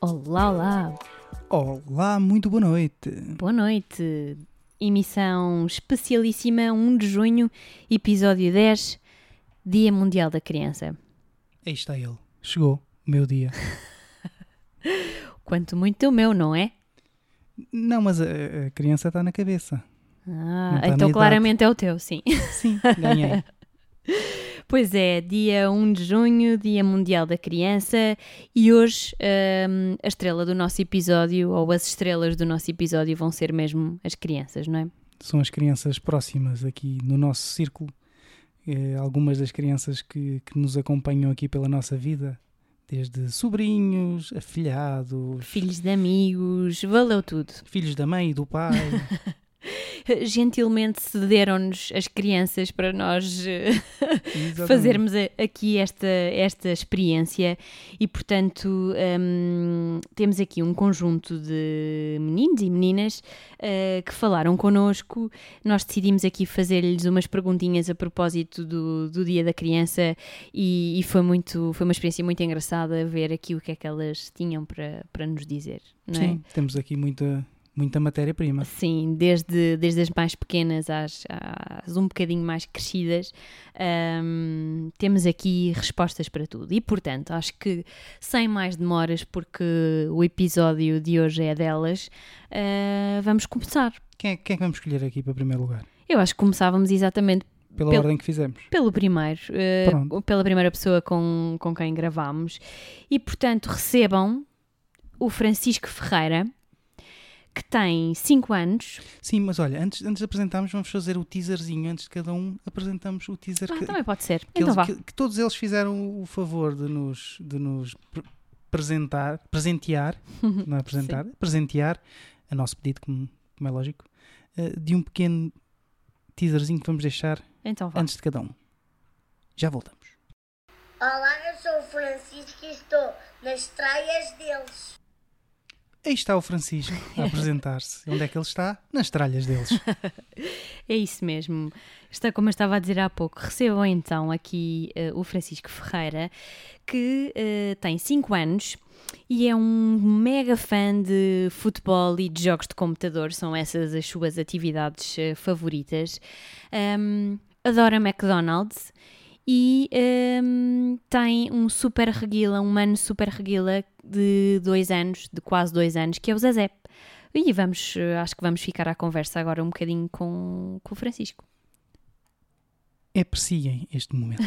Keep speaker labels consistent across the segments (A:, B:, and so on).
A: Olá, olá!
B: Olá, muito boa noite.
A: Boa noite! Emissão especialíssima, 1 de junho, episódio 10, Dia Mundial da Criança.
B: Aí está ele. Chegou o meu dia.
A: Quanto muito o meu, não é?
B: Não, mas a, a criança está na cabeça.
A: Ah,
B: Não tá na
A: então
B: idade.
A: claramente é o teu, sim.
B: Sim, ganhei.
A: Pois é, dia 1 de junho, Dia Mundial da Criança, e hoje hum, a estrela do nosso episódio, ou as estrelas do nosso episódio, vão ser mesmo as crianças, não é?
B: São as crianças próximas aqui no nosso círculo. Eh, algumas das crianças que, que nos acompanham aqui pela nossa vida, desde sobrinhos, afilhados,
A: Filhos de amigos, valeu tudo.
B: filhos da mãe e do pai.
A: Gentilmente cederam-nos as crianças para nós eh,
B: Exatamente.
A: fazermos a- aqui esta, esta experiência e, portanto, hum, temos aqui um conjunto de meninos e meninas eh, que falaram connosco. Nós decidimos aqui fazer-lhes umas perguntinhas a propósito do, do Dia da Criança e, e foi, muito, foi uma experiência muito engraçada ver aqui o que é que elas tinham para, para nos dizer, não é?
B: Sim, temos aqui muita, muita matéria-prima.
A: Sim, desde, desde as mais pequenas às, às um bocadinho mais crescidas, hum, temos aqui respostas para tudo. E portanto, acho que sem mais demoras, porque o episódio de hoje é delas, ah, vamos começar.
B: Quem é, quem é que vamos escolher aqui para primeiro lugar?
A: Eu acho que começávamos exatamente
B: Pela
A: Pelo-
B: ordem que fizemos.
A: pelo primeiro, ah,
B: Pronto.
A: pela primeira pessoa com, com quem gravámos. E portanto, recebam o Francisco Ferreira, que tem 5 anos.
B: Sim, mas olha, antes, antes de apresentarmos, vamos fazer o teaserzinho. Antes de cada um, apresentamos o teaser
A: Ah,
B: que,
A: também pode ser.
B: que,
A: então
B: eles-
A: vá.
B: que- que todos eles fizeram o favor de nos, de nos pre- presentar, presentear, não é apresentar, presentear, a nosso pedido, como, como é lógico, eh, de um pequeno teaserzinho que vamos deixar
A: Então vá.
B: antes de cada um. Já voltamos.
C: Olá, eu sou o Francisco e estou nas traias deles.
B: Aí está o Francisco a apresentar-se. Onde é que ele está? Nas tralhas deles.
A: É isso mesmo. Está, é como eu estava a dizer há pouco, recebam então aqui eh, o Francisco Ferreira, que eh, tem 5 anos e é um mega fã de futebol e de jogos de computador, são essas as suas atividades eh, favoritas. Ahm, adora McDonald's e ahm, tem um super reguila, um mano super reguila de dois anos, de quase dois anos, que é o Zezé. E vamos, eh, acho que vamos ficar à conversa agora um bocadinho com, com o Francisco.
B: Apreciem este momento.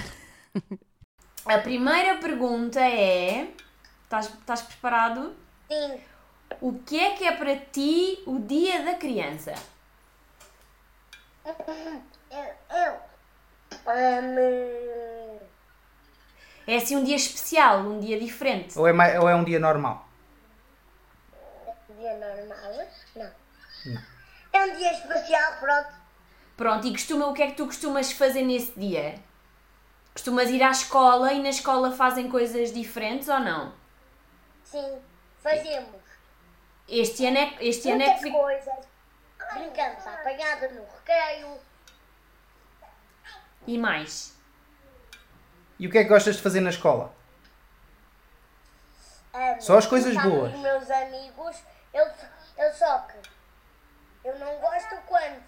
A: A primeira pergunta é: estás, estás preparado?
C: Sim,
A: O que é que é para ti o dia da criança?
C: eu. eu. Hum,
A: É assim um dia especial, um dia diferente.
D: Ou é, mai- ou é um dia normal?
C: dia normal? Não.
D: Hum.
C: É um dia especial, pronto.
A: Pronto, e costuma, o que é que tu costumas fazer nesse dia? Costumas ir à escola e na escola fazem coisas diferentes ou não?
C: Sim, fazemos
A: Este ano é, este ano é que
C: muitas
A: fica.
C: coisas. Brincamos à apanhada no recreio.
A: E mais?
D: E o que é que gostas de fazer na escola?
C: hum,
D: Só as coisas
C: brincar
D: boas.
C: Com os meus amigos, eu, eu só que. Eu não gosto quando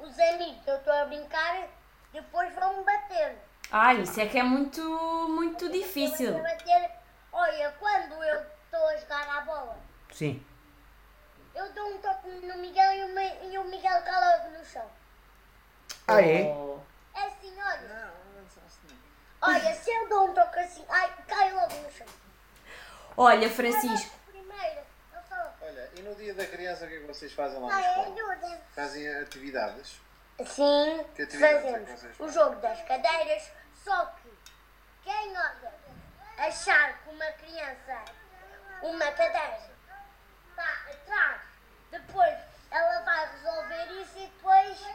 C: os amigos que eu estou a brincar depois vão me bater.
A: Ah, isso é que é muito, muito difícil.
C: Eu vou bater. Olha, quando eu estou a jogar à bola,
D: Sim.
C: eu dou um toque no Miguel e o, Mi- e o Miguel cai logo no chão.
D: Ah, é?
A: Oh.
C: É assim, olha. Olha, se eu dou um toque assim, ai, cai logo no chão.
A: Olha, Francisco.
C: Primeiro, eu falo, "Ah, é,
E: Olha, e no dia da criança o que é que vocês fazem lá na
C: ai,
E: escola?
C: ajuda.
E: Fazem atividades?
C: Sim,
E: Que atividades é que
C: fazemos
E: vocês
C: o
E: fazem?
C: jogo das cadeiras, só que quem olha achar que uma criança, uma cadeira, está atrás, depois ela vai resolver isso e depois tá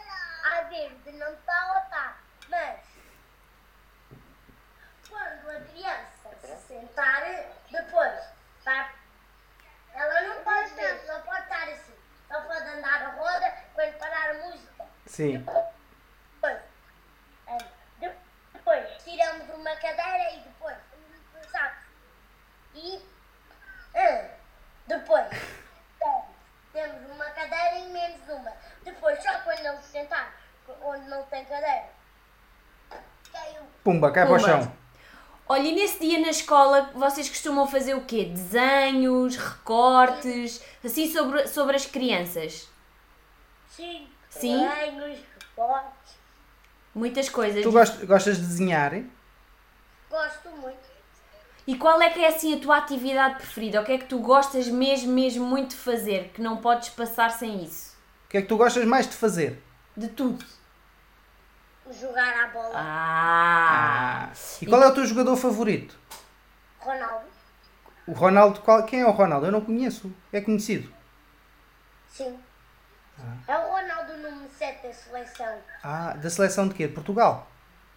C: a verde não está ou está. Mas
E: É
C: tá, assim,
B: Sim.
C: Depois, ah, de- depois tiramos uma cadeira e depois um saco. E ah, depois ah, temos uma cadeira e menos uma. Depois só quando eles sentar, onde não tem cadeira. Caiu.
B: Pumba, cai para o
A: Pumba.
B: chão.
A: Olha, e nesse dia na escola vocês costumam fazer o quê? Desenhos, recortes, assim sobre, sobre as crianças?
C: Sim.
A: Sim.
C: Desenhos, recortes.
A: Muitas coisas.
B: Tu gostas, gostas de desenhar? hein?
C: Gosto muito.
A: E qual é que é assim a tua atividade preferida? O que é que tu gostas mesmo, mesmo muito de fazer? Que não podes passar sem isso?
B: O que é que tu gostas mais de fazer?
A: De tudo.
C: Jogar à bola.
A: Ah!
B: E qual é o teu jogador favorito?
C: Ronaldo.
B: O Ronaldo, qual- quem é o Ronaldo? Eu não conheço. É conhecido.
C: Sim. É o Ronaldo número 7 da seleção.
B: Ah, da seleção de quê? De Portugal.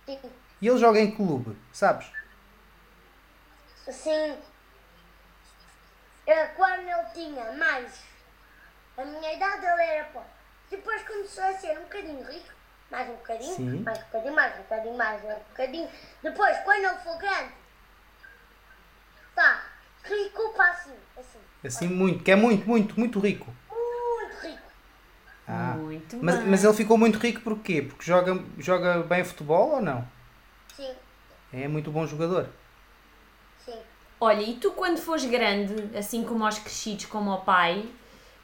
C: Sim.
B: E ele joga em que clube, sabes?
C: Sim. Eh, Quando ele tinha mais a minha idade, ele era pobre. Depois começou a ser um bocadinho rico. Mais um bocadinho,
B: Sim.
C: mais um bocadinho, mais um bocadinho, mais um bocadinho. Depois, quando ele for grande, tá rico para assim, assim.
B: Assim, muito. Que é muito, muito, muito rico.
C: Muito rico.
B: Ah.
A: Muito
B: Mas,
A: bem.
B: mas ele ficou muito rico porquê? Porque joga, joga bem futebol ou não?
C: Sim,
B: É muito bom jogador.
C: sim.
A: Olha, e tu quando fores grande, assim como aos crescidos, como ao pai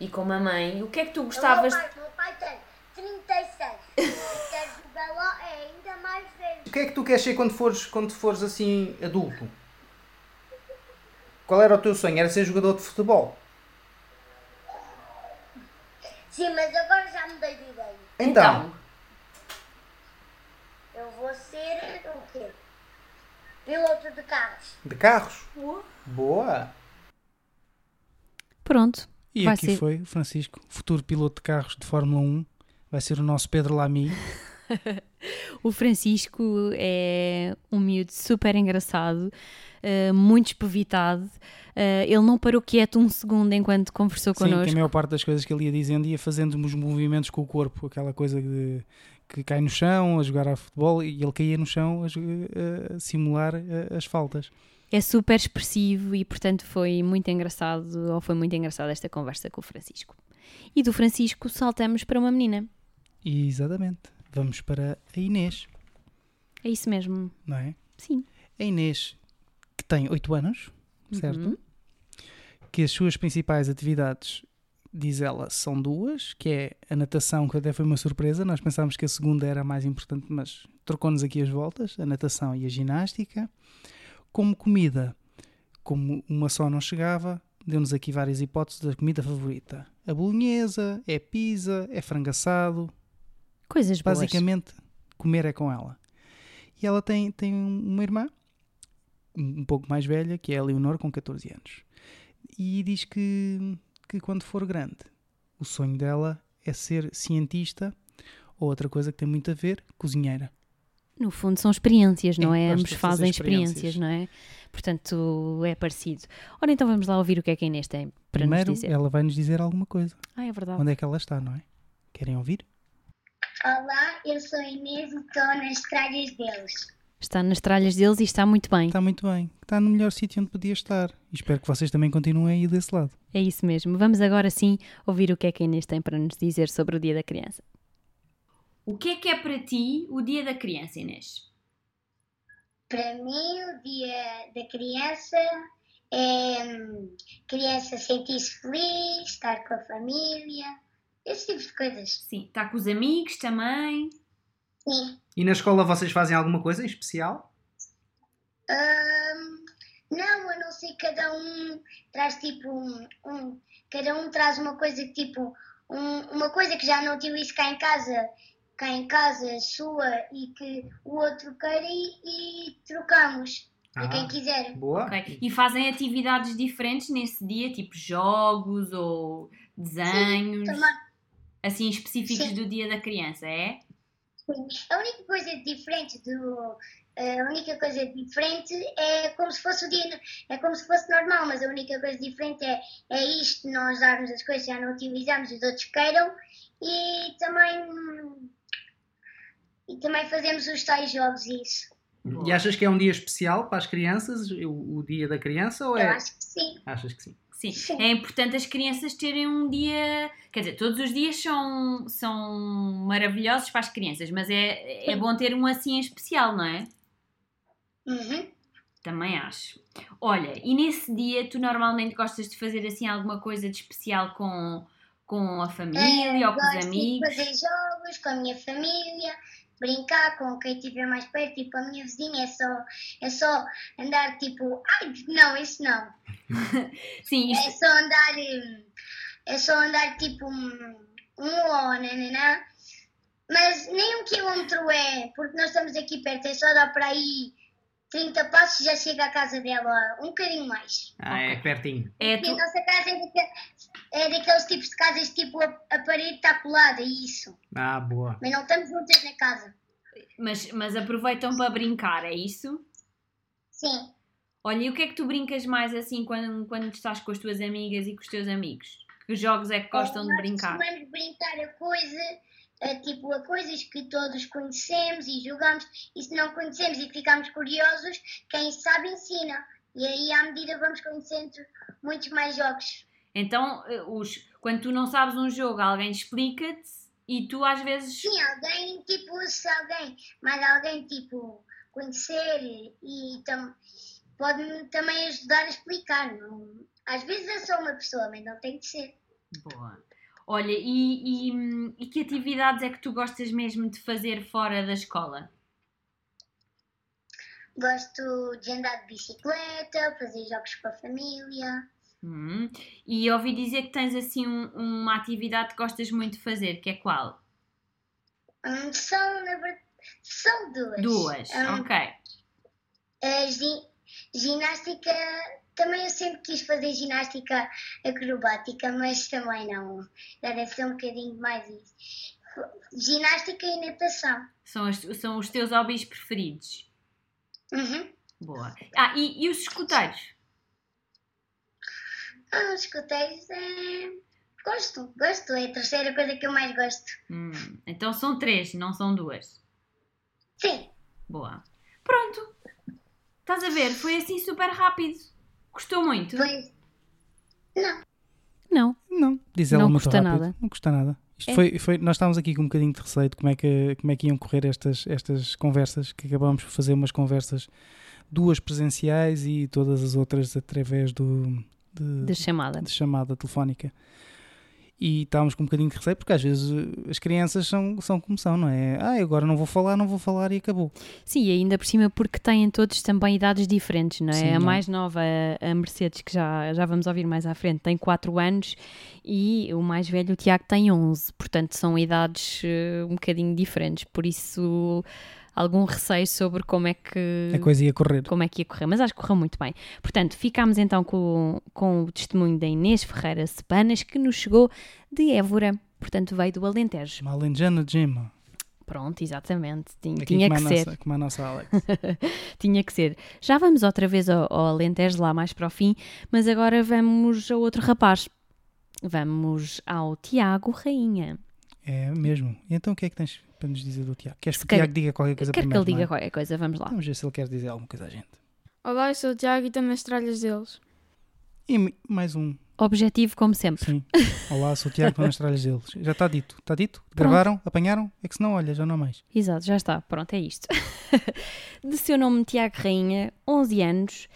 A: e como a mãe, o que é que tu gostavas...
C: O meu pai, o meu pai tem 36. Quer jogar lá, é ainda mais velho.
B: O que é que tu queres ser quando fores, quando fores assim adulto? Qual era o teu sonho? Era ser jogador de futebol?
C: Sim, mas agora já mudei de ideia.
B: Então,
C: Eu vou ser o quê? Piloto de carros.
B: de carros? Boa!
F: Pronto.
G: E
F: Vai
G: aqui
F: ser.
G: foi o Francisco, futuro piloto de carros de Fórmula 1. Vai ser o nosso Pedro Lamy.
F: O Francisco é um miúdo super engraçado, eh, muito espevitado. Eh, ele não parou quieto um segundo enquanto conversou
G: Sim, que é a
F: connosco.
G: maior parte das coisas que ele ia dizendo ia fazendo os movimentos com o corpo, aquela coisa de, que cai no chão a jogar a futebol e ele caía no chão a, jo- a simular eh, as faltas.
F: É super expressivo e, portanto, foi muito engraçado, ou foi muito engraçada esta conversa com o Francisco. E do Francisco saltamos para uma menina.
G: E, exatamente. Vamos para a Inês,
F: É isso mesmo.
G: não é?
F: Sim.
G: A Inês, que tem 8 anos, certo? Que as suas principais atividades, diz ela, são duas, que é a natação, que até foi uma surpresa, nós pensámos que a segunda era a mais importante, mas trocou-nos aqui as voltas, a natação e a ginástica. Como comida, como uma só não chegava, deu-nos aqui várias hipóteses da comida favorita. A bolonhesa, é pizza, é frango assado,
F: Coisas boas.
G: basicamente comer é com ela. E ela tem, tem uma irmã, um um pouco mais velha, que é a Leonor, com 14 anos. E diz que, que quando for grande, o sonho dela é ser cientista ou outra coisa que tem muito a ver, cozinheira.
F: No fundo, são experiências, não
G: É,
F: é?
G: gosto
F: Ambos
G: de fazer
F: fazem experiências.
G: experiências.
F: não é? Portanto, é parecido. Ora, então vamos lá ouvir o que é que a Inês tem para
G: Primeiro,
F: nos dizer.
G: ela vai nos dizer alguma coisa.
F: Ah, é verdade.
G: Onde é que ela está, não é? Querem ouvir?
C: Olá, eu sou Inês e estou nas tralhas deles.
F: Está nas tralhas deles e está muito bem.
G: Está muito bem. Está no melhor sítio onde podia estar. E espero que vocês também continuem aí desse lado.
F: É isso mesmo. Vamos agora sim ouvir o que é que a Inês tem para nos dizer sobre o Dia da Criança.
A: O que é que é para ti o Dia da Criança, Inês?
C: Para mim, o dia da criança é hum, criança sentir-se feliz, estar com a família, esse tipo de coisas.
A: Sim, está com os amigos tá também.
C: Sim.
B: E na escola vocês fazem alguma coisa em especial?
C: Hum, não, a não ser cada um traz tipo um, um- cada um traz uma coisa que, tipo um- uma coisa que já não utiliza cá em casa, cá em casa sua e que o outro queira e, e trocamos
B: Ah.
C: a quem quiser.
B: Boa!
A: Ok. E fazem atividades diferentes nesse dia, tipo jogos ou desenhos,
C: Também.
A: assim específicos
C: Sim.
A: do Dia da Criança, é?
C: A única coisa diferente do a única coisa diferente é como se fosse o dia é como se fosse normal, mas a única coisa diferente é, é isto, nós darmos as coisas já não utilizamos, os outros queiram e também hum, E também fazemos os tais jogos e isso.
B: E achas que é um dia especial para as crianças, o, o dia da criança, ou
C: Eu
B: é?
C: acho que sim.
B: Achas que sim?
A: Sim,
C: Sim.
A: é importante as crianças terem um dia. Quer dizer, todos os dias são, são maravilhosos para as crianças, mas é, é bom ter um assim em especial, não é?
C: Uhum.
A: Também acho. Olha, e nesse dia tu normalmente gostas de fazer assim alguma coisa de especial com, com a família ou com os
C: Eh, É, Gosto de
A: amigos?
C: fazer jogos com a minha família, brincar com quem estiver mais perto, tipo a minha vizinha, é só, é só andar tipo, ai, não, isso não.
A: Sim,
C: É
A: isto,
C: só andar, hum, é só andar tipo um um ó, nananã. Mas nem um quilómetro é, porque nós estamos aqui perto, é só dar para aí 30 passos e já chega à casa dela, um bocadinho mais.
B: Ah, é pertinho.
A: é
C: E a
A: tu,
C: nossa casa é, daque- é daqueles tipos de casas tipo a, a parede está colada, é isso.
B: Ah, boa.
C: Mas não estamos juntas na casa.
A: mas, mas aproveitam para brincar, é isso?
C: Sim.
A: Olha, e o que é que tu brincas mais assim quando, quando estás com as tuas amigas e com os teus amigos? Que jogos é que gostam de
C: Nós
A: brincar?
C: Costumamos brincar a coisa, a, tipo a coisas que todos conhecemos e jogamos. E se não conhecemos e ficamos curiosos, quem sabe ensina. E aí à medida vamos conhecendo muitos mais jogos.
A: Então, eh, os, quando tu não sabes um jogo, alguém explica-te e tu às vezes.
C: Sim, alguém, tipo, se alguém, mas alguém, tipo, conhecer e, e tam, pode-me também ajudar a explicar. Não? Às vezes é só uma pessoa, mas não tem de ser.
A: Boa. Olha, e, e, hum, e que atividades é que tu gostas mesmo de fazer fora da escola?
C: Gosto de andar de bicicleta, fazer jogos com a família.
A: Hum. E ouvi dizer que tens assim um- uma atividade que gostas muito de fazer, que é qual?
C: Hum, são, na verdade, são duas.
A: Duas,
C: Hum,
A: ok.
C: a gi- ginástica, também eu sempre quis fazer ginástica acrobática, mas também não. Já deve ser um bocadinho mais isso. Ginástica e natação.
A: São, as- são os teus hobbies preferidos.
C: Uhum.
A: Boa. Ah, e, e os escuteiros?
C: Ah, os escuteiros é. Gosto, gosto. É a terceira coisa que eu mais gosto.
A: Hum, Então são três, não são duas.
C: Sim,
A: Boa. Pronto. Estás a ver? Foi assim super rápido. Gostou muito?
C: pois.
F: Não.
G: Não, diz ela
F: Não
G: muito
F: custa
G: rápido.
F: nada.
G: Não custa nada. Isto
F: É.
G: foi, foi, nós estávamos aqui com um bocadinho de receio de como é que, como é que iam correr estas, estas conversas, que acabámos por fazer umas conversas, duas presenciais e todas as outras através do, de-
F: De chamada.
G: de chamada telefónica. E estávamos com um bocadinho de receio, porque às vezes eh, as crianças são, são como são, não é? Ah, agora não vou falar, não vou falar e acabou.
F: Sim, e ainda por cima porque têm todos também idades diferentes, não é?
G: Sim,
F: a
G: não.
F: mais nova, a Mercedes, que já, já vamos ouvir mais à frente, tem 4 anos e o mais velho, o Tiago, tem 11. Portanto, são idades eh, um bocadinho diferentes. Por isso, algum receio sobre como é que
G: A coisa ia correr.
F: como é que ia correr, mas acho que correu muito bem. Portanto, ficámos então com, com o testemunho da Inês Ferreira Cepanas, que nos chegou de Évora, portanto veio do Alentejo.
G: Malengana Gemma.
F: Pronto, exatamente, Tin-
G: Aqui
F: tinha
G: como, é
F: que
G: a
F: ser,
G: Nossa, como a nossa Alex.
F: tinha que ser. Já vamos outra vez ao, ao Alentejo, lá mais para o fim, mas agora vamos a outro rapaz. Vamos ao Tiago Rainha.
G: é mesmo. Então o que é que tens para nos dizer do Tiago? Queres que
F: Se
G: o
F: calhar-
G: Tiago diga qualquer coisa
F: Quero que
G: primeiro?
F: ele diga
G: não é?
F: qualquer coisa, vamos lá.
G: Vamos ver se ele quer dizer alguma coisa à gente.
H: Olá, eu sou o Tiago e estou nas tralhas deles.
G: E mi- mais um,
F: Objetivo, como sempre.
G: sim. Olá, sou o Tiago, estou nas tralhas deles. Já está dito, está dito? Gravaram? Apanharam? É que se não, olha, já não há mais.
F: Exato, já está, pronto, é isto. de seu nome Tiago Rainha, 11 anos,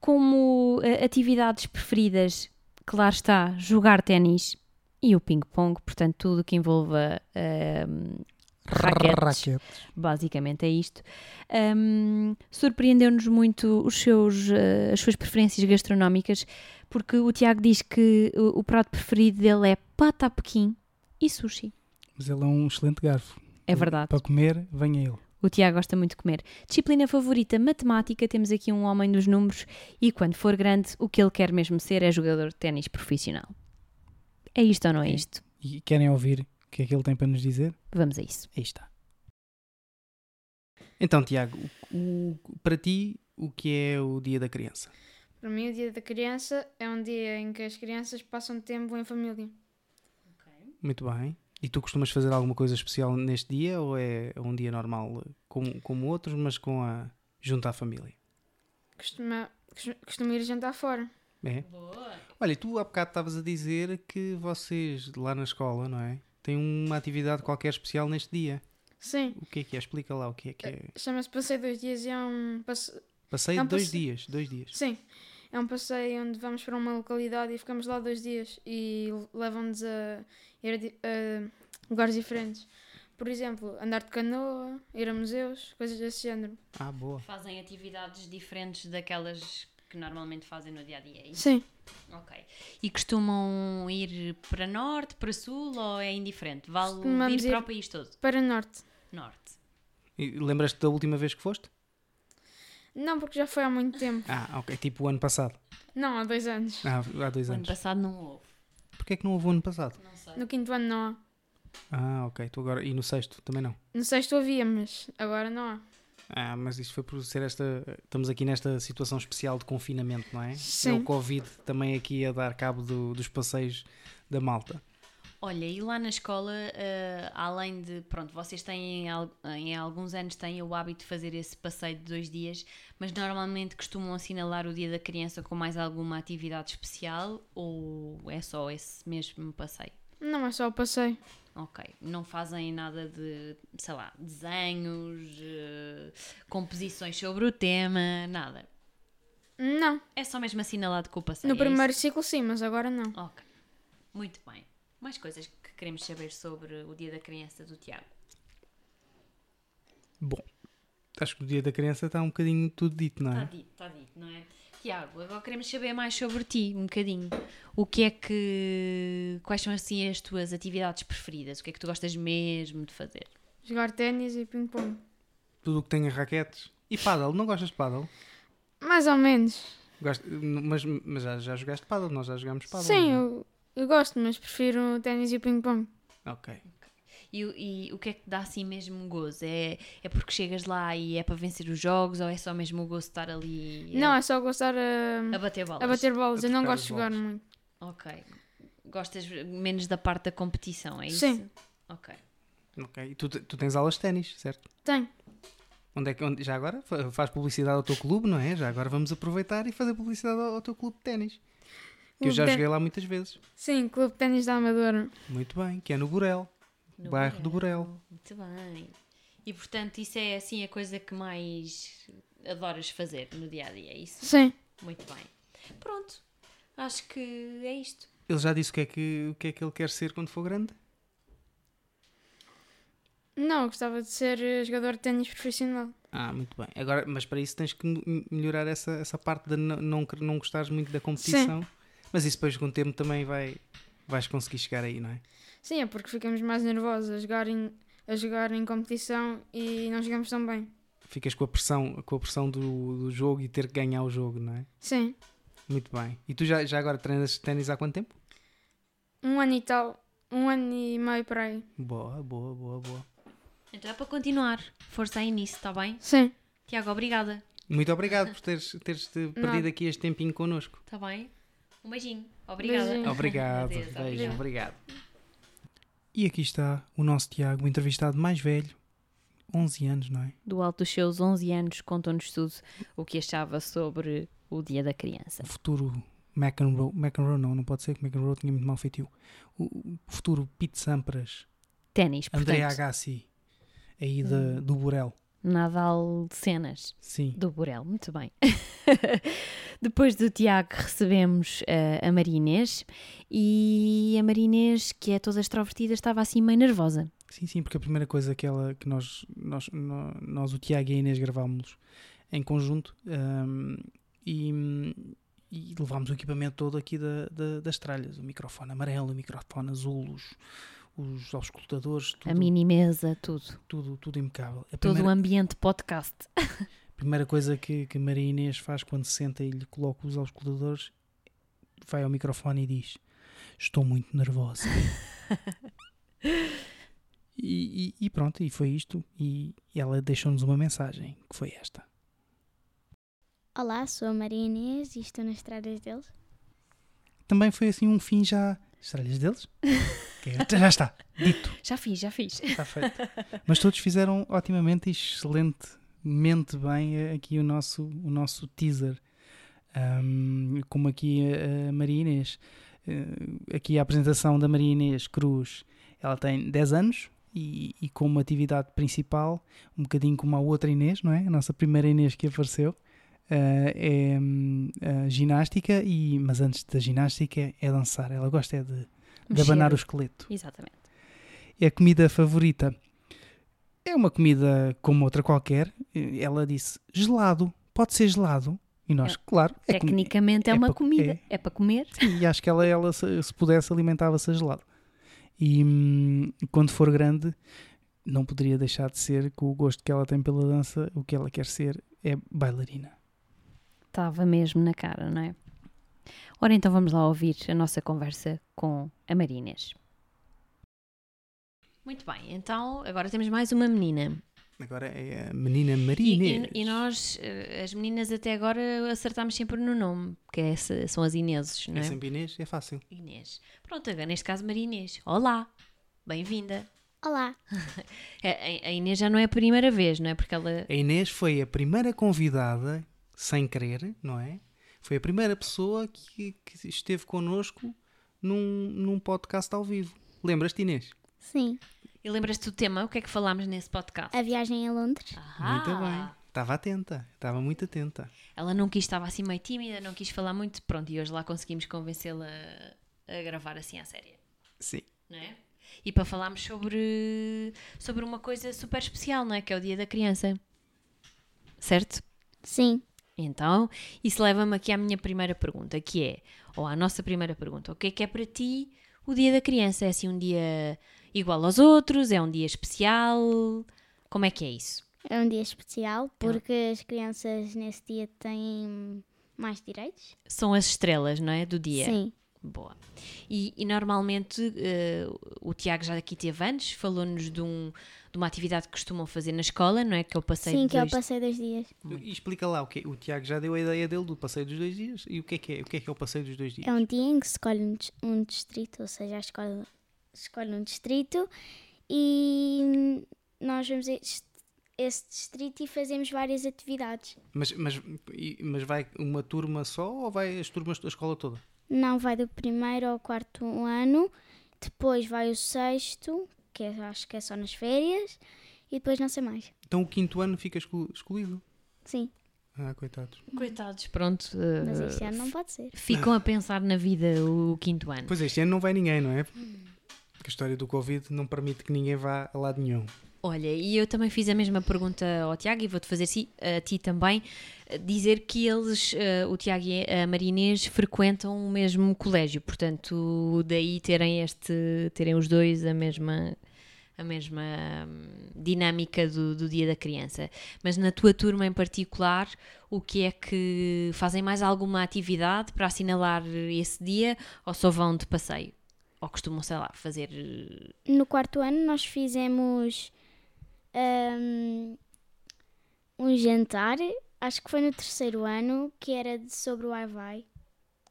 F: como eh, atividades preferidas, claro está, jogar ténis e o ping-pong, portanto, tudo o que envolva eh, raquetes,
G: Raquetes.
F: basicamente é isto. Ahm, Surpreendeu-nos muito os seus, eh, as suas preferências gastronómicas, porque o Tiago diz que o, o prato preferido dele é pata a pequim e sushi.
G: Mas ele é um excelente garfo.
F: É verdade.
G: Para comer, venha ele.
F: O Tiago gosta muito de comer. Disciplina favorita, matemática, temos aqui um homem dos números e quando for grande, o que ele quer mesmo ser é jogador de ténis profissional. É isto ou não é
G: Sim.
F: isto?
G: E querem ouvir o que é que ele tem para nos dizer?
F: Vamos a isso.
G: Aí está. Então, Tiago, o- o- para ti, o que é o Dia da Criança?
H: Para mim, o Dia da Criança é um dia em que as crianças passam tempo em família.
G: Muito bem.
B: E tu costumas fazer alguma coisa especial neste dia ou é um dia normal eh, como, como outros, mas com a junto à família?
H: Costuma, cos- costumo ir jantar fora.
B: É? Olha, tu há bocado estavas a dizer que vocês lá na escola, não é? Têm uma atividade qualquer especial neste dia.
H: Sim.
B: O que é que é? Explica lá o que é que é.
H: Chama-se Passeio dois Dias e é um passeio.
B: Passeio
H: Não,
B: de dois
H: passe-
B: dias, dois dias.
H: Sim. É um passeio onde vamos para uma localidade e ficamos lá dois dias e levam-nos a ir a, di- a lugares diferentes. Por exemplo, andar de canoa, ir a museus, coisas desse género.
B: Ah, boa.
I: Fazem atividades diferentes daquelas que normalmente fazem no dia a dia. é
H: Sim.
I: Ok.
F: E costumam ir para norte, para sul ou é indiferente? Vale
H: Costumamos
F: ir para
H: ir-
F: o país todo?
H: Para norte.
F: Norte.
B: E lembras-te da última vez que foste?
H: Não, porque já foi há muito tempo.
B: Ah, ok. Tipo o ano passado.
H: Não, há dois anos.
B: Ah, há dois
F: O ano
B: anos.
F: passado não houve.
B: Porquê é que não houve o ano passado?
H: No quinto ano não há.
B: Ah, ok. Tu agora... E no sexto também não?
H: No sexto havia, mas agora não há.
B: Ah, mas isto foi por ser esta. Estamos aqui nesta situação especial de confinamento, não é? É
H: Sim.
B: o Covid também aqui a dar cabo do- dos passeios da malta.
F: Olha, e lá na escola, eh, além de, pronto, vocês têm, al- em alguns anos têm o hábito de fazer esse passeio de dois dias, mas normalmente costumam assinalar o dia da criança com mais alguma atividade especial ou é só esse mesmo passeio?
H: Não é só o passeio.
F: Ok, não fazem nada de, sei lá, desenhos, eh, composições sobre o tema, nada.
H: Não.
F: É só mesmo assinalado com o passeio.
H: No
F: é
H: primeiro ciclo sim, mas agora não.
F: isso? Ok, muito bem. Mais coisas que queremos saber sobre o dia da criança do Tiago.
B: Bom, acho que no dia da criança está um bocadinho tudo dito, não
F: Está
B: é?
H: Tá.
F: dito, está Tá dito, não é? Tiago, agora queremos saber mais sobre ti, um bocadinho. O que é que. Quais são assim as tuas atividades preferidas? O que é que tu gostas mesmo de fazer?
H: Jogar ténis e ping-pong.
B: Tudo o que tem é raquetes. E paddle, não gostas de paddle?
H: Mais ou menos.
B: Gosto- mas mas já, já jogaste paddle, nós já jogámos paddle. não
H: sim,
B: é?
H: eu, eu gosto, mas prefiro o ténis e o ping-pong.
B: Ok.
F: E, o- e o que é que te dá assim mesmo gozo? É, é porque chegas lá e é para vencer os jogos ou é só mesmo o gozo de estar ali
H: Não,
F: a,
H: é só gostar a,
F: a bater bolas?
H: a bater bolas.
B: A
H: Eu não
B: tocar
H: gosto
B: as
H: de jogar
B: bolas.
H: muito.
F: Ok. Gostas menos da parte da competição, é isso?
H: Sim.
F: Ok.
B: Ok. E tu, te- tu tens aulas de ténis, certo?
H: Tenho.
B: Onde é que, onde- já agora fa- faz publicidade ao teu clube, não é? Já agora vamos aproveitar e fazer publicidade ao, ao teu clube de ténis. Que eu
H: Clube
B: já
H: de-
B: joguei lá muitas vezes.
H: Sim, clube de ténis da Amadora.
B: Muito bem, que é no Burel.
F: No
B: bairro do Burel.
F: Muito bem. E portanto, isso é assim a coisa que mais adoras fazer no dia a dia, é isso?
H: Sim.
F: Muito bem. Pronto. Acho que é isto.
B: Ele já disse o que é que, o que, é que ele quer ser quando for grande?
H: Não, eu gostava de ser eh, jogador de ténis profissional.
B: Ah, muito bem. Agora, mas para isso tens que m- melhorar essa, essa parte de n- não, quer- não gostares muito da competição. Mas isso depois com o tempo também vai, vais conseguir chegar aí, não é?
H: Sim, é porque ficamos mais nervosos a jogar em, a jogar em competição e não jogamos tão bem.
B: Ficas com a pressão, com a pressão do, do jogo e ter que ganhar o jogo, não é?
H: Sim.
B: Muito bem. E tu já, já agora treinas ténis há quanto tempo?
H: Um ano e tal. Um ano e meio para aí.
B: Boa, boa, boa, boa.
F: Então é para continuar. Força aí nisso, está bem?
H: Sim.
F: Tiago, obrigada.
B: Muito obrigado por teres, teres perdido aqui este tempinho connosco.
F: Está bem? Um beijinho. Obrigada.
H: Beijinho.
B: Obrigado.
F: Adeus,
B: Beijo, obrigado. E aqui está o nosso Tiago, o entrevistado mais velho, 11 anos, não é?
F: Do alto dos seus 11 anos, contou-nos tudo o que achava sobre o Dia da Criança.
B: O futuro McEnroe, McEnroe não, não pode ser que McEnroe tinha muito mau feitio. O, o futuro Pete Sampras,
F: Ténis,
B: André
F: portanto, Hum.
B: Agassi, aí da- do Burel.
F: Nadal de cenas.
B: Sim.
F: Do Borel, muito bem. Depois do Tiago recebemos eh, a Marinês e a Marinês, que é toda extrovertida, estava assim meio nervosa.
B: Sim, sim, porque a primeira coisa que, ela, que nós, nós, nó- nós, o Tiago e a Inês gravámos em conjunto hum, e, e levámos o equipamento todo aqui da, da- das tralhas, o microfone amarelo, o microfone azul, os, os auscultadores, tudo,
F: A mini mesa, tudo.
B: tudo, tudo impecável. A
F: Todo o
B: primeira,
F: ambiente podcast.
B: primeira coisa que, que Maria Inês faz quando se senta e lhe coloca os auscultadores, vai ao microfone e diz: Estou muito nervosa. E, e- e pronto, e foi isto. E ela deixou-nos uma mensagem, que foi esta.
C: Olá, sou a Maria Inês e estou nas estradas deles.
B: Também foi assim um fim já
G: Estrelhas deles? Ok, já está, dito,
F: Já fiz, já fiz.
G: está Tá feito. Mas todos fizeram otimamente e excelentemente bem eh, aqui o nosso, o nosso teaser. Ahm, como aqui a, a Maria Inês, eh, aqui a apresentação da Maria Inês Cruz, ela tem 10 anos e, e como atividade principal, um bocadinho como a outra Inês, não é? A nossa primeira Inês que apareceu. ah, é hum, ah, ginástica, e, mas antes da ginástica é dançar. Ela gosta é de, de
F: Mexer.
G: abanar o esqueleto
F: Exatamente.
G: é a comida favorita. É uma comida como outra qualquer. Ela disse gelado, pode ser gelado. E nós,
F: É.
G: claro, é comi-
F: Tecnicamente é,
G: é
F: uma
G: pa-
F: comida.
G: é.
F: É. para comer.
G: E acho que ela, ela se, se pudesse, alimentava-se a gelado. E hum, quando for grande, não poderia deixar de ser, com o gosto que ela tem pela dança, o que ela quer ser é bailarina.
F: Estava mesmo na cara, não é? Ora, então vamos lá ouvir a nossa conversa com a Marinês. Muito bem, então agora temos mais uma menina.
B: Agora é a menina
F: E,
B: Maria Inês.
F: e- e nós, eh, as meninas até agora, acertámos sempre no nome, que é essa- são as Ineses, não
B: É
F: é?
B: sempre Inês, é fácil.
F: Inês. Pronto, agora neste caso Maria Inês. Olá, bem-vinda.
C: Olá.
F: A, a- a Inês já não é a primeira vez, não é? Porque ela.
B: A Inês foi a primeira convidada, sem querer, não é? Foi a primeira pessoa que, que esteve connosco num, num podcast ao vivo. Lembras-te, Inês?
C: Sim.
F: E lembras-te do tema? O que é que falámos nesse podcast?
C: A viagem a Londres?
A: Ah.
F: Ah!
B: Muito bem. Estava atenta, estava muito atenta.
F: Ela não quis, estava assim meio tímida, não quis falar muito. Pronto, e hoje lá conseguimos convencê-la a gravar assim à séria,
B: Sim.
F: não é? E para falarmos sobre, sobre uma coisa super especial, não é? Que é o Dia da Criança. Certo?
C: Sim.
F: Então, isso leva-me aqui à minha primeira pergunta, que é, ou à nossa primeira pergunta, o que é que é para ti o dia da criança? É assim um dia igual aos outros? É um dia especial? Como é que é isso?
C: É um dia especial
A: Tá.
C: porque as crianças nesse dia têm mais direitos.
F: São as estrelas, não é? Do dia.
C: Sim.
F: Boa. E, e normalmente eh, o Tiago já aqui teve antes, falou-nos de, um- de uma atividade que costumam fazer na escola, não é? Que eu passei
C: Sim, que eu
F: dois-
C: passei dois dias.
B: E explica lá o que o Tiago já deu a ideia dele do passeio dos dois dias e o que é que é, o que é, que é o passeio dos dois dias?
C: É um dia em que se escolhe um, dis- um distrito, ou seja, a escola escolhe um distrito e hum, nós vamos a este, esse distrito e fazemos várias atividades.
B: Mas, mas, e- mas vai uma turma só ou vai as turmas da escola toda?
C: Não vai do primeiro ao quarto ano, depois vai o sexto, que é- acho que é só nas férias, e depois não sei mais.
B: Então o quinto ano fica exclu- excluído.
C: Sim,
B: Ah, coitados.
F: Coitados, pronto. eh,
C: mas é este ano não pode ser.
F: Ficam a pensar na vida o quinto ano.
B: Pois este ano não vai ninguém, não é? Porque a história do Covid não permite que ninguém vá a lado nenhum.
F: Olha, e eu também fiz a mesma pergunta ao Tiago e vou-te fazer si- a ti também, eh, dizer que eles, eh, o Tiago e a Marinês, frequentam o mesmo colégio, portanto, daí terem este, terem os dois a mesma, a mesma hum, dinâmica do, do dia da criança. Mas na tua turma em particular, o que é que fazem mais alguma atividade para assinalar esse dia ou só vão de passeio? Ou costumam, sei lá, fazer eh,
C: No quarto ano nós fizemos hum, um jantar, acho que foi no terceiro ano, que era de- sobre o Ai-Vai.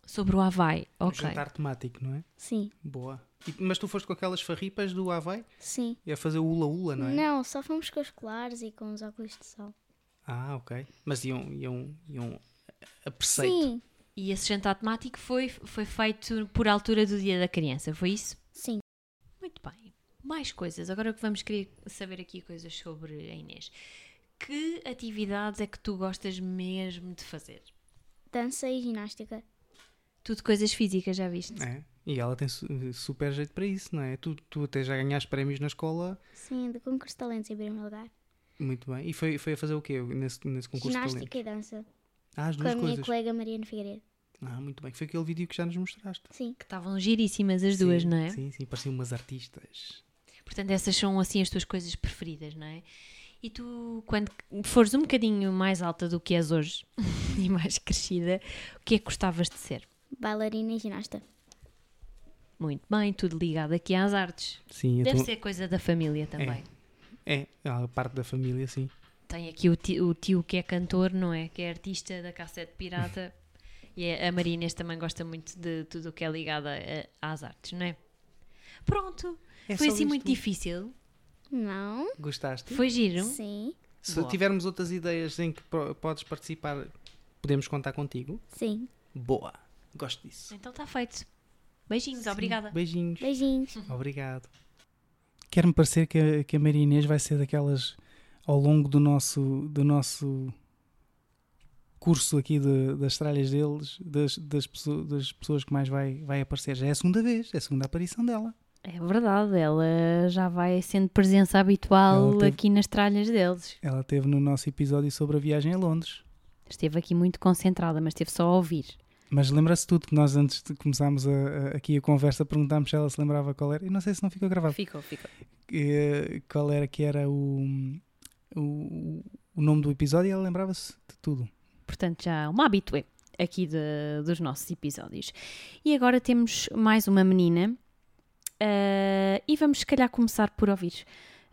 F: sobre o Havaí?
B: Um
F: Ok.
B: jantar temático, não é?
C: Sim,
B: Boa. E- mas tu foste com aquelas farripas do Havaí
C: sim.
B: e a fazer o hula-hula, não
C: Não,
B: é?
C: só fomos com os colares e com os óculos de sol.
B: Ah, ok. Mas iam, iam, iam a preceito.
C: Sim,
F: E esse jantar temático foi, foi feito por altura do Dia da Criança, foi isso?
C: sim.
F: Muito bem. Mais coisas. Agora que vamos querer saber aqui coisas sobre a Inês. Que atividades é que tu gostas mesmo de fazer?
C: Dança e ginástica.
F: Tudo coisas físicas, já viste?
B: É. E ela tem su- super jeito para isso, não é? Tu, tu até já ganhaste prémios na escola.
C: Sim, de concurso de talentos em primeiro lugar.
B: Muito bem. E foi, foi a fazer o quê nesse, nesse concurso de
C: ginástica
B: talentos?
C: e dança.
B: Ah, as
C: Com a
B: duas
C: minha
B: coisas.
C: colega Mariana Figueiredo.
B: Ah, muito bem. Foi aquele vídeo que já nos mostraste.
C: Sim,
F: Que estavam giríssimas as duas,
B: Sim,
F: não é?
B: Sim, sim. Pareciam umas artistas.
F: Portanto, essas são assim as tuas coisas preferidas, não é? E tu, quando fores um bocadinho mais alta do que és hoje e mais crescida, o que é que gostavas de ser?
C: bailarina e ginasta.
F: Muito bem, tudo ligado aqui às artes.
B: Sim,
F: Deve ser coisa da família também.
B: É, a parte da família, sim.
F: Tem aqui o ti- o tio, que é cantor, não é? Que é artista da cassete pirata.
J: E a a Maria Inês também gosta muito de tudo o que é ligado a- a- às artes, não é? Pronto.
K: É
J: Foi
K: só
J: assim
K: isto.
J: muito difícil.
L: Não.
K: Gostaste?
J: Foi giro.
L: Sim.
K: Se
J: Boa.
K: tivermos outras ideias em que pro- podes participar, podemos contar contigo.
L: Sim.
K: Boa. Gosto disso.
J: Então está feito. Beijinhos,
F: É.
J: obrigada.
K: Beijinhos.
L: Beijinhos.
K: Obrigado.
G: Quer-me parecer que a, que a Maria Inês vai ser daquelas ao longo do nosso, do nosso curso aqui de- das tralhas deles, das, das, pesso- das pessoas que mais vai, vai aparecer. Já é a segunda vez, é a segunda aparição dela.
F: É verdade, ela já vai sendo presença habitual
G: Ela teve-
F: aqui nas tralhas deles.
G: Ela teve no nosso episódio sobre a viagem a Londres.
F: Esteve aqui muito concentrada, mas esteve só a ouvir.
G: Mas lembra-se tudo que nós antes de começarmos a- a- aqui a conversa perguntámos se ela se lembrava qual era. E não sei se não ficou gravado.
F: Ficou, ficou.
G: que- qual era que era o, o, o nome do episódio e ela lembrava-se de tudo.
F: Portanto, já é uma habitué aqui de- dos nossos episódios. E agora temos mais uma menina ah, e vamos, se calhar, começar por ouvir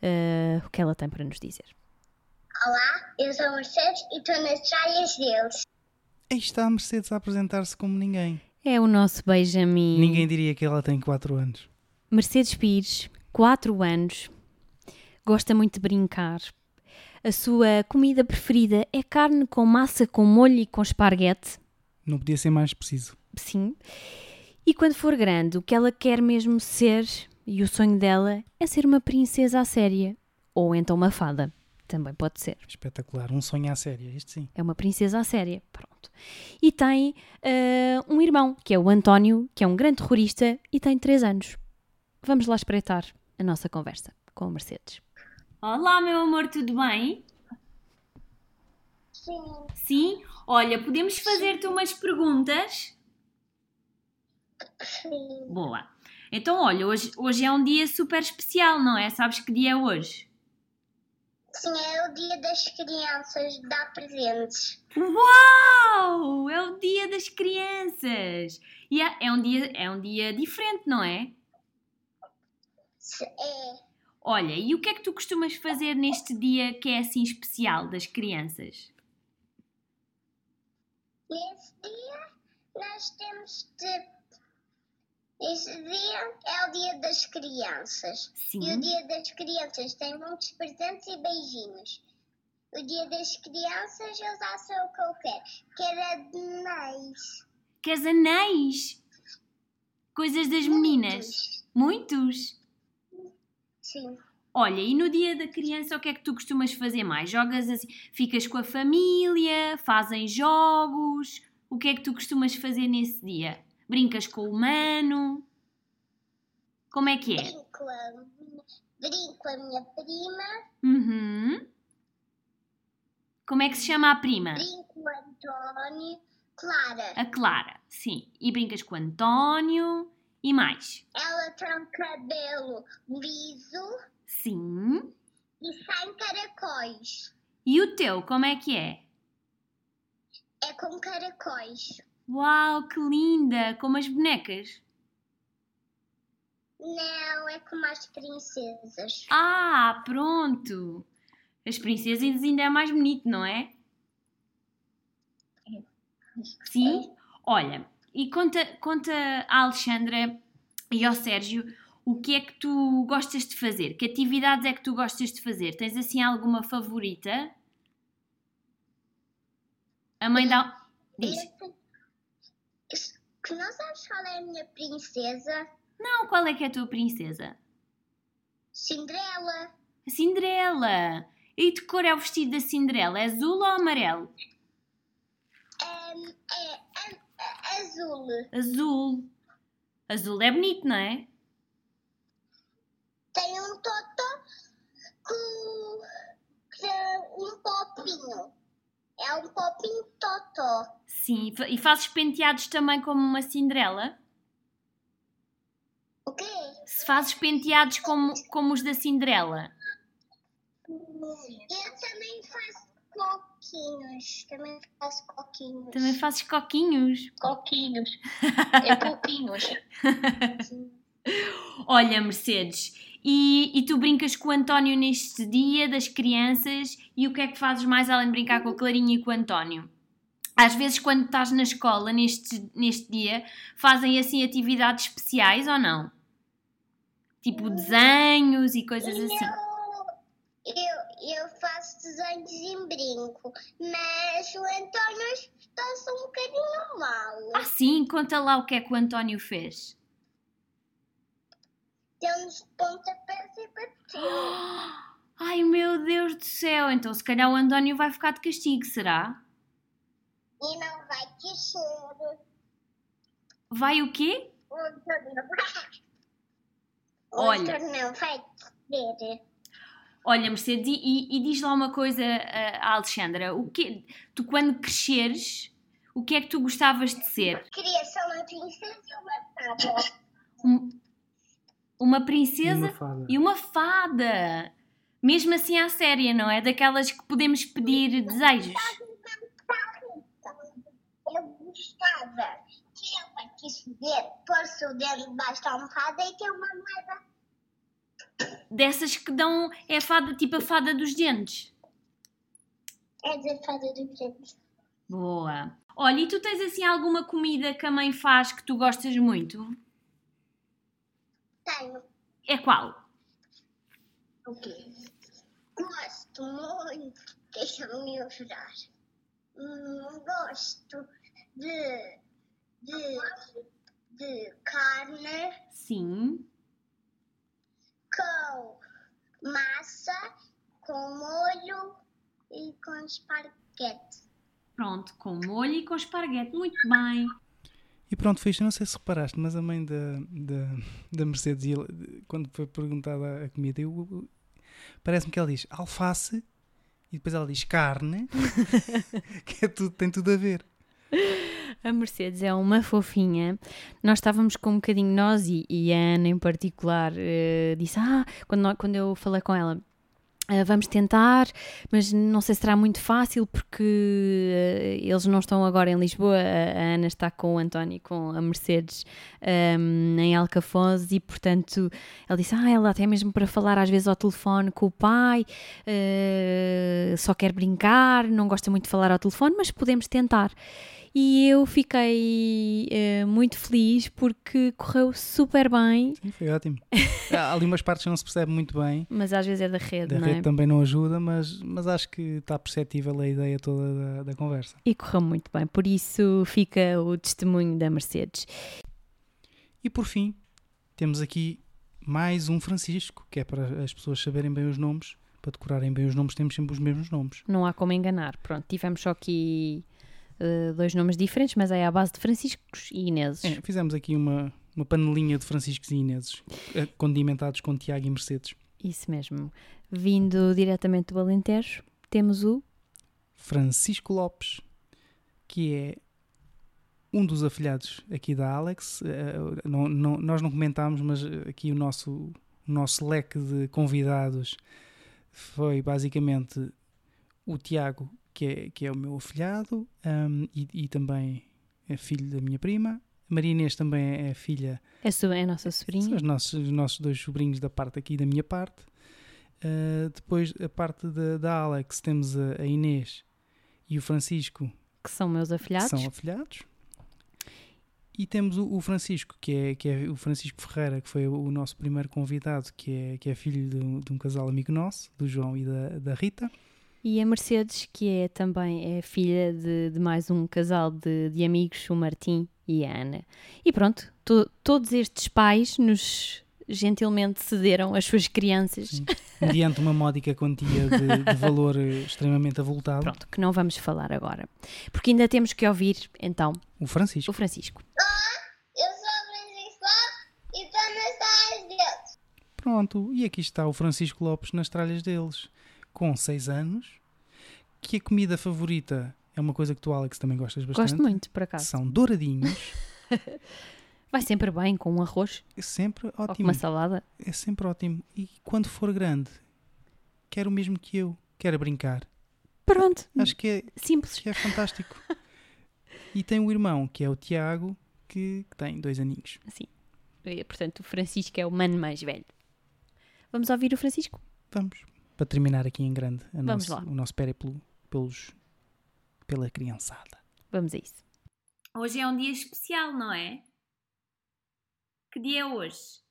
F: ah, o que ela tem para nos dizer.
C: Olá, eu sou a Mercedes e estou nas traias deles.
G: Aí está a Mercedes a apresentar-se como ninguém.
F: É o nosso Benjamin.
G: Ninguém diria que ela tem 4 anos.
F: Mercedes Pires, 4 anos, gosta muito de brincar. A sua comida preferida é carne com massa, com molho e com esparguete.
G: Não podia ser mais preciso.
F: Sim. E quando for grande, o que ela quer mesmo ser, e o sonho dela, é ser uma princesa à séria. Ou então uma fada. Também pode ser.
G: Espetacular. Um sonho à séria, isto sim.
F: É uma princesa à séria. Pronto. E tem ah, um irmão, que é o António, que é um grande terrorista e tem 3 anos. Vamos lá espreitar a nossa conversa com a Mercedes.
A: Olá, meu amor, tudo bem?
C: Sim,
A: Sim? Olha, podemos fazer-te umas perguntas?
C: sim.
A: Boa. Então, olha, hoje, hoje é um dia super especial, não é? Sabes que dia é hoje?
C: Sim, é o dia das crianças dar presentes.
A: Uau! É o dia das crianças! E é, é um dia, é um dia diferente, não é?
C: Se é.
A: Olha, e o que é que tu costumas fazer neste dia que é assim especial das crianças?
C: Nesse dia, nós temos de. Esse dia é o dia das crianças. E o
A: Sim.
C: dia das crianças tem muitos presentes e beijinhos. O dia das crianças, eu já sei o que eu quero. Quero anéis.
A: Queres é anéis? Coisas das meninas?
C: Muitos.
A: Muitos?
C: Sim.
A: Olha, e no dia da criança o que é que tu costumas fazer mais? Jogas assim, ficas com a família, fazem jogos, o que é que tu costumas fazer nesse dia? Brincas com o humano? Como é que é?
C: Brinco a, brinco a minha prima,
A: Uhum. Como é que se chama a prima?
C: brinco o António, Clara.
A: A Clara, sim. E brincas com o António e mais?
C: Ela tem um cabelo liso
A: Sim.
C: e sem caracóis.
A: E o teu, como é que é?
C: É com caracóis.
A: Uau, que linda! Como as bonecas.
C: Não, é com as princesas.
A: Ah, pronto! As princesas ainda é mais bonito, não é? Sim? Olha, e conta, conta à Alexandra e ao Sérgio o que é que tu gostas de fazer? Que atividades é que tu gostas de fazer? Tens assim alguma favorita? A mãe dá. Diz.
C: Esse- Que não sabes qual é a minha princesa?
A: Não, qual é que é a tua princesa?
C: Cinderela.
A: A Cinderela! E de que cor é o vestido da Cinderela? É azul ou amarelo?
C: Ahm, é, am- a- azul.
A: Azul. Azul é bonito, não é?
C: Tem um totó com que tem um popinho. É um popinho totó.
A: Sim. e fa- E fazes penteados também como uma Cinderela?
C: O quê?
A: Se fazes penteados como, como os da Cinderela?
C: Eu também faço coquinhos. Também faço coquinhos.
A: Também fazes coquinhos?
C: Coquinhos. É popinhos.
A: Olha, Mercedes, e, e tu brincas com o António neste dia das crianças e o que é que fazes mais além de brincar com a Clarinha e com o António? às vezes, quando estás na escola, neste, neste dia, fazem assim atividades especiais ou não? Tipo desenhos e coisas assim.
C: Eu, eu faço desenhos em brinco, mas o António está-se um bocadinho mal.
A: Ah, sim, conta lá o que é que o António fez.
C: Temos pontapés e bateu.
A: Ai meu Deus do céu, então se calhar o António vai ficar de castigo, será?
C: E não vai crescer.
A: Vai o quê?
C: O António não vai.
A: Olha.
C: O António não vai crescer.
A: Olha, Mercedes, e, e- e diz lá uma coisa ah, à Alexandra: o que, tu quando cresceres, o que é que tu gostavas de ser?
C: Queria só uma princesa e uma fada.
A: Um- uma
G: E
A: princesa
G: uma fada.
A: e uma fada. Mesmo assim à séria, não é? Daquelas que podemos pedir desejos.
C: Eu gostava que ela quis ver, pôr-se o dedo debaixo da almofada e ter uma moeda.
A: Dessas que dão. É a fada, tipo a fada dos dentes.
C: É de fada do frente.
A: Boa. Olha, e tu tens assim alguma comida que a mãe faz que tu gostas muito?
C: Tenho
A: É qual?
C: o quê? Gosto muito. Deixa-me eu jurar. Hum, gosto de. de. de carne
A: Sim.
C: com massa, com molho e com esparguete.
A: Pronto, com molho e com esparguete. Muito bem.
G: E pronto, foi isto. Eu Não sei se reparaste, mas a mãe da, da, da Mercedes, e ela- quando foi perguntada a comida, eu- eu- parece-me que ela diz alface e depois ela diz carne, que é tudo, tem tudo a ver.
F: A Mercedes é uma fofinha. Nós estávamos com um bocadinho, nós e, e a Ana em particular, eh, disse: Ah, quando, nó- quando eu falei com ela. "Ah, vamos tentar, mas não sei se será muito fácil porque eh, eles não estão agora em Lisboa. A, a Ana está com o António e com a Mercedes ehm, em Alcafoz e, portanto, ela disse: Ah, ela até mesmo para falar às vezes ao telefone com o pai, eh, só quer brincar, não gosta muito de falar ao telefone, mas podemos tentar. E eu fiquei eh, muito feliz porque correu super bem,
G: Sim, foi ótimo. Há ali umas partes que não se percebe muito bem.
F: mas às vezes é da rede,
G: Da
F: não é?
G: rede também não ajuda, mas, mas acho que está perceptível a ideia toda da, da conversa.
F: E correu muito bem, por isso fica o testemunho da Mercedes.
G: E por fim, temos aqui mais um Francisco, que é para as pessoas saberem bem os nomes, para decorarem bem os nomes, temos sempre os mesmos nomes.
F: Não há como enganar. Pronto, tivemos só aqui eh, dois nomes diferentes, mas é à base de Franciscos e Ineses.
G: É, fizemos aqui uma, uma panelinha de Franciscos e Ineses, eh, condimentados com Tiago e Mercedes.
F: Isso mesmo. Vindo diretamente do Alentejo, temos o
G: Francisco Lopes, que é um dos afilhados aqui da Alex. Eh, não- não- nós não comentámos, mas eh, aqui o nosso, o nosso leque de convidados foi basicamente o Tiago, que é, que é o meu afilhado, ahm, e, e também é filho da minha prima. A Maria Inês também é filha
F: é, so- é a nossa
G: são
F: sobrinha.
G: os nossos, os nossos dois sobrinhos da parte aqui e da minha parte. Ah, depois, a parte da, da Alex, temos a, a Inês e o Francisco,
F: que são meus
G: que
F: afilhados.
G: são afilhados. E temos o, o Francisco, que é, que é o Francisco Ferreira, que foi o nosso primeiro convidado, que é, que é filho de um, de um casal amigo nosso, do João e da, da Rita.
F: E a Mercedes, que é também é filha de, de mais um casal de, de amigos, o Martim e a Ana. E pronto, to- todos estes pais nos gentilmente cederam as suas crianças.
G: Sim. Mediante uma módica quantia de, de valor eh, extremamente avultado,
F: Pronto, que não vamos falar agora. Porque ainda temos que ouvir, então,
G: o Francisco.
F: o Francisco.
C: Eu sou a Francisco Lopes e estou nas áreas deles.
G: Pronto, e aqui está o Francisco Lopes nas tralhas deles, com 6 anos, que a comida favorita é uma coisa que tu, Alex, também gostas bastante.
F: Gosto muito, por acaso.
G: São douradinhos,
F: Vai sempre bem com um arroz
G: é sempre
F: ou com
G: ótimo.
F: uma salada.
G: É sempre ótimo. E quando for grande, quer o mesmo que eu, quer brincar.
F: Pronto,
G: Acho que é,
F: simples.
G: que é fantástico. e tem um irmão, que é o Tiago, que, que tem dois aninhos.
F: E, Portanto, o Francisco é o mano mais velho. Vamos ouvir o Francisco?
G: Vamos, para terminar aqui em grande a
F: Vamos
G: nosso-
F: lá.
G: o nosso périplo pelos, pela criançada.
F: Vamos a isso.
A: Hoje é um dia especial, não é? Que dia é hoje?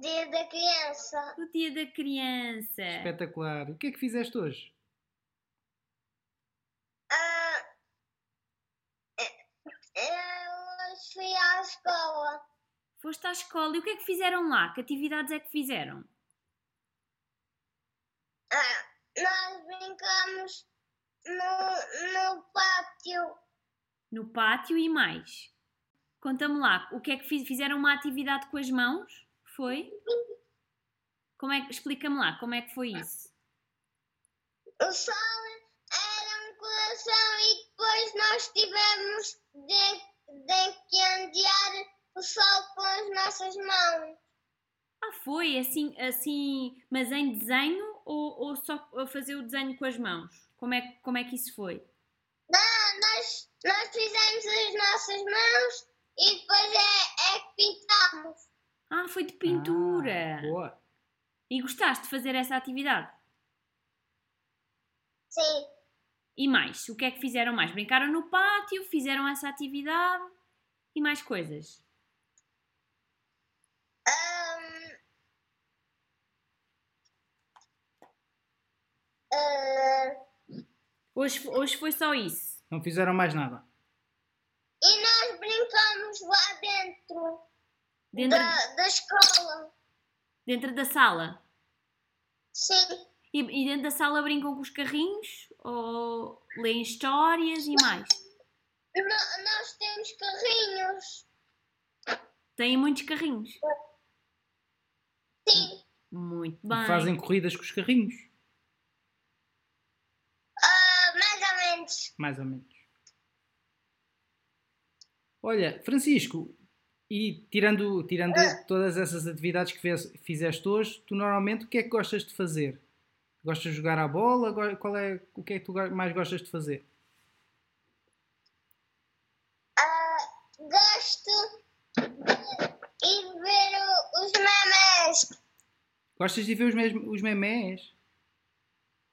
C: Dia da criança.
A: O dia da criança.
B: Espetacular. O que é que fizeste hoje?
C: Ah, eu hoje fui à escola.
A: Foste à escola e o que é que fizeram lá? Que atividades é que fizeram?
C: Ah, nós brincamos no, no pátio.
A: No pátio e mais. Conta-me lá, o que é que fiz- fizeram uma atividade com as mãos? Foi? Como é que explica-me lá, como é que foi isso?
C: O sol era um coração e depois nós tivemos de, de que andear o sol com as nossas mãos.
A: Ah, foi assim, assim, mas em desenho ou, ou só a fazer o desenho com as mãos? Como é, que- como é que isso foi?
C: Ah, nós, nós fizemos as nossas mãos e depois é, é que pintamos.
A: Ah, foi de pintura.
B: Ah, boa.
A: e gostaste de fazer essa atividade?
C: Sim.
A: E mais, o que é que fizeram mais? Brincaram no pátio, fizeram essa atividade e mais coisas.
C: Ahm. Ah,
A: Hoje, hoje foi só isso.
B: Não fizeram mais nada.
C: e nós brincamos lá dentro
A: Dentro,
C: da, da escola.
A: dentro da sala.
C: Sim.
A: E, e dentro da sala brincam com os carrinhos ou leem histórias e mais.
C: No- nós temos carrinhos.
A: Têm muitos carrinhos.
C: Sim.
A: Muito
B: E
A: bem.
B: Fazem corridas com os carrinhos,
C: Ah, mais ou menos.
B: mais ou menos. Olha, Francisco, e tirando, tirando todas essas atividades que fez- fizeste hoje, tu normalmente o que é que gostas de fazer? Gostas de jogar à bola? Go- Qual é, o que é que tu go- mais gostas de fazer?
C: Gosto de ir ver o- os mamães.
B: Gostas de ver os, mesmo, os memés?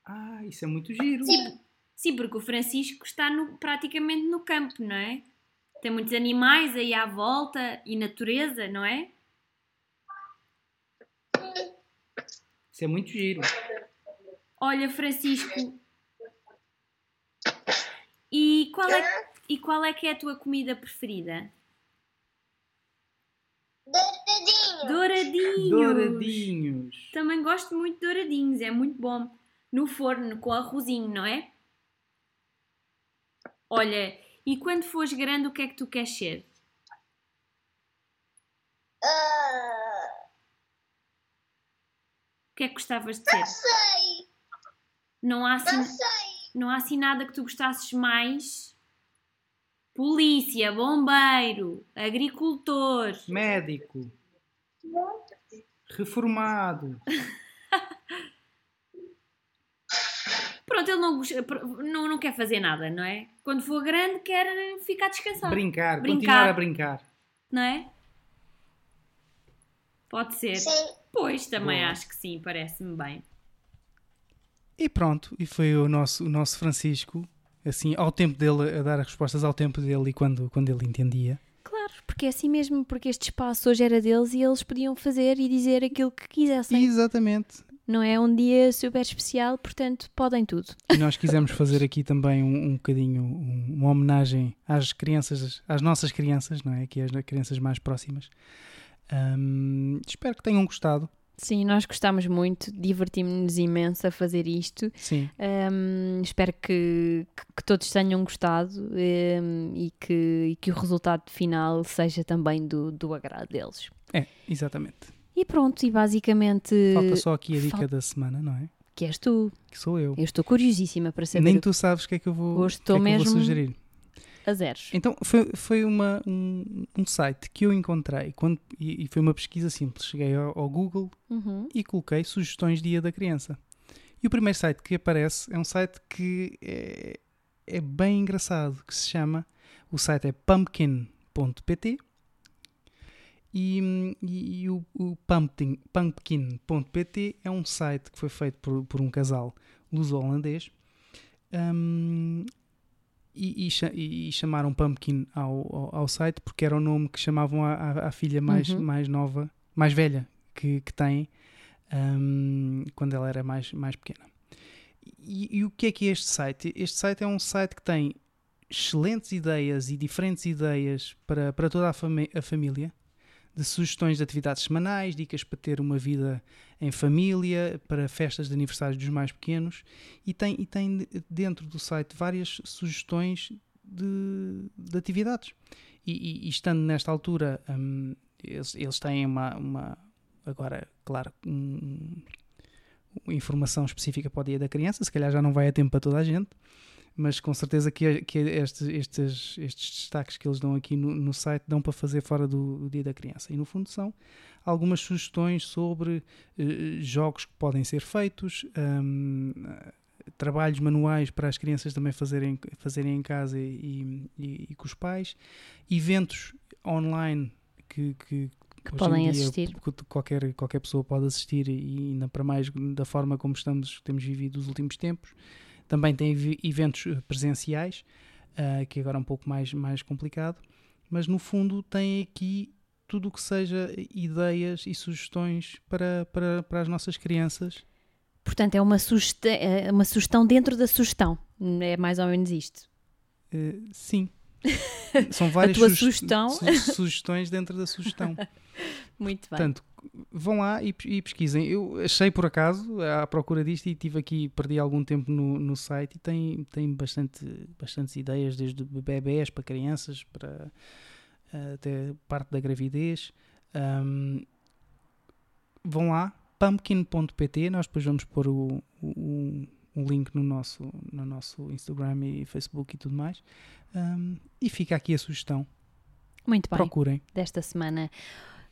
B: Ah, isso é muito giro.
A: Sim, porque o Francisco está no- praticamente no campo, não é? Tem muitos animais aí à volta e natureza, não é?
B: Isso é muito giro.
A: Olha, Francisco. E qual, é, e qual é que é a tua comida preferida?
C: Deitadinho.
A: Douradinhos!
B: Douradinhos.
A: Também gosto muito de douradinhos, é muito bom. No forno, com arrozinho, não é? Olha, e quando fores grande, o que é que tu queres ser?
C: Ah,
A: O que é que gostavas de ser?
C: sei.
A: Não há assim,
C: Não sei.
A: não há assim nada que tu gostasses mais? Polícia, bombeiro, agricultor.
B: Médico. Reformado.
A: Pronto, ele não, gos- pro- não, não quer fazer nada, não é? Quando for grande, quer né, ficar descansado,
B: Brincar.
A: Brincar.
B: Continuar a brincar.
A: não é? Pode ser.
C: Sim.
A: Pois, também
B: Boa.
A: acho que sim, parece-me bem.
G: E pronto, e foi o nosso, o nosso Francisco, assim, ao tempo dele, a dar as respostas ao tempo dele e quando, quando ele entendia.
F: Claro, porque é assim mesmo, porque este espaço hoje era deles e eles podiam fazer e dizer aquilo que quisessem.
G: Exatamente.
F: Não é um dia super especial, portanto, podem tudo.
G: E nós quisemos fazer aqui também um, um bocadinho um- uma homenagem às crianças, às nossas crianças, não é? Aqui às crianças mais próximas. Ahm, espero que tenham gostado.
F: Sim, nós gostámos muito, divertimos-nos imenso a fazer isto.
G: Sim.
F: Hum, espero que, que- que todos tenham gostado hum, e, que, e que o resultado final seja também do, do agrado deles.
G: É, exatamente.
F: E pronto, e basicamente
G: Falta só aqui a dica
F: falta-
G: da semana, não é?
F: que és tu.
G: Que sou eu.
F: Eu estou curiosíssima para saber
G: Nem
F: o-
G: tu sabes o que é que eu vou,
F: Hoje
G: o que é
F: estou
G: que eu vou
F: mesmo-
G: sugerir.
F: a zeros.
G: Então, foi, foi uma, um, um site que eu encontrei quando, e, e foi uma pesquisa simples. Cheguei ao, ao Google
F: Uhum.
G: e coloquei sugestões Dia da Criança. E o primeiro site que aparece é um site que é, é bem engraçado, que se chama... O site é pumpkin.pt e, hum, e, e o, o pumpkin- pumpkin.pt é um site que foi feito por, por um casal luso-holandês hum, e, e cha- e- e chamaram Pumpkin ao, ao, ao site porque era o nome que chamavam à, à- à filha mais, mais nova, mais velha que, que tem ahm, quando ela era mais, mais pequena. E, e o que é que é este site? Este site é um site que tem excelentes ideias e diferentes ideias para, para toda a, fami- a família, de sugestões de atividades semanais, dicas para ter uma vida em família, para festas de aniversário dos mais pequenos e tem, e tem de- dentro do site várias sugestões de, de atividades. E, e- e estando nesta altura, hum, eles, eles têm uma, uma- agora, claro, um- uma informação específica para o dia da criança, se calhar já não vai a tempo para toda a gente, mas com certeza que, que estes, estes, estes destaques que eles dão aqui no, no site dão para fazer fora do, do dia da criança. E no fundo são algumas sugestões sobre eh, jogos que podem ser feitos, hum, trabalhos manuais para as crianças também fazerem, fazerem em casa e, e- e com os pais, eventos online que, que, que hoje em
F: podem
G: dia
F: assistir.
G: que qualquer, qualquer pessoa pode assistir e ainda para mais da forma como estamos, temos vivido os últimos tempos. Também tem evi- eventos eh, presenciais, ah, que agora é um pouco mais, mais complicado, mas no fundo tem aqui tudo o que seja ideias e sugestões para, para, para as nossas crianças.
F: Portanto, é uma, sugeste- é uma sugestão dentro da sugestão. É mais ou menos isto.
G: Eh, sim. São várias
F: tua
G: suges-
F: sugestão.
G: su- sugestões dentro da sugestão.
F: Muito bem.
G: Portanto, vão lá e, pe- e pesquisem. Eu achei por acaso à procura disto e tive aqui, perdi algum tempo no, no site e tem, tem bastante, bastantes ideias, desde bebés para crianças, para eh, até parte da gravidez. Ahm, vão lá, pumpkin.pt, nós depois vamos pôr o, o- o link no nosso, no nosso Instagram e Facebook e tudo mais. Ahm, e fica aqui a sugestão.
F: Muito bem.
G: Procurem.
F: desta semana.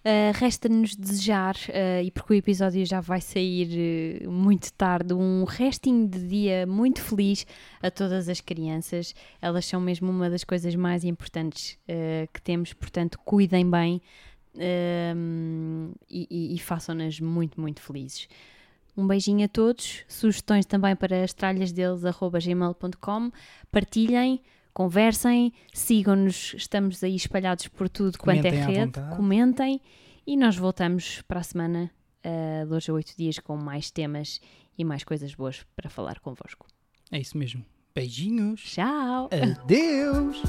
F: Uh, Resta-nos desejar, uh, e porque o episódio já vai sair uh, muito tarde, um restinho de dia muito feliz a todas as crianças. Elas são mesmo uma das coisas mais importantes uh, que temos, portanto, cuidem bem um, e, e- e façam-nas muito, muito felizes. Um beijinho a todos, sugestões também para estralhasdeles.gmail.com. Partilhem, conversem, sigam-nos, estamos aí espalhados por tudo quanto é
G: Comentem à
F: rede.
G: vontade.
F: Comentem e nós voltamos para a semana, uh, dois a oito dias, com mais temas e mais coisas boas para falar convosco.
G: É isso mesmo. Beijinhos.
F: Tchau!
G: Adeus.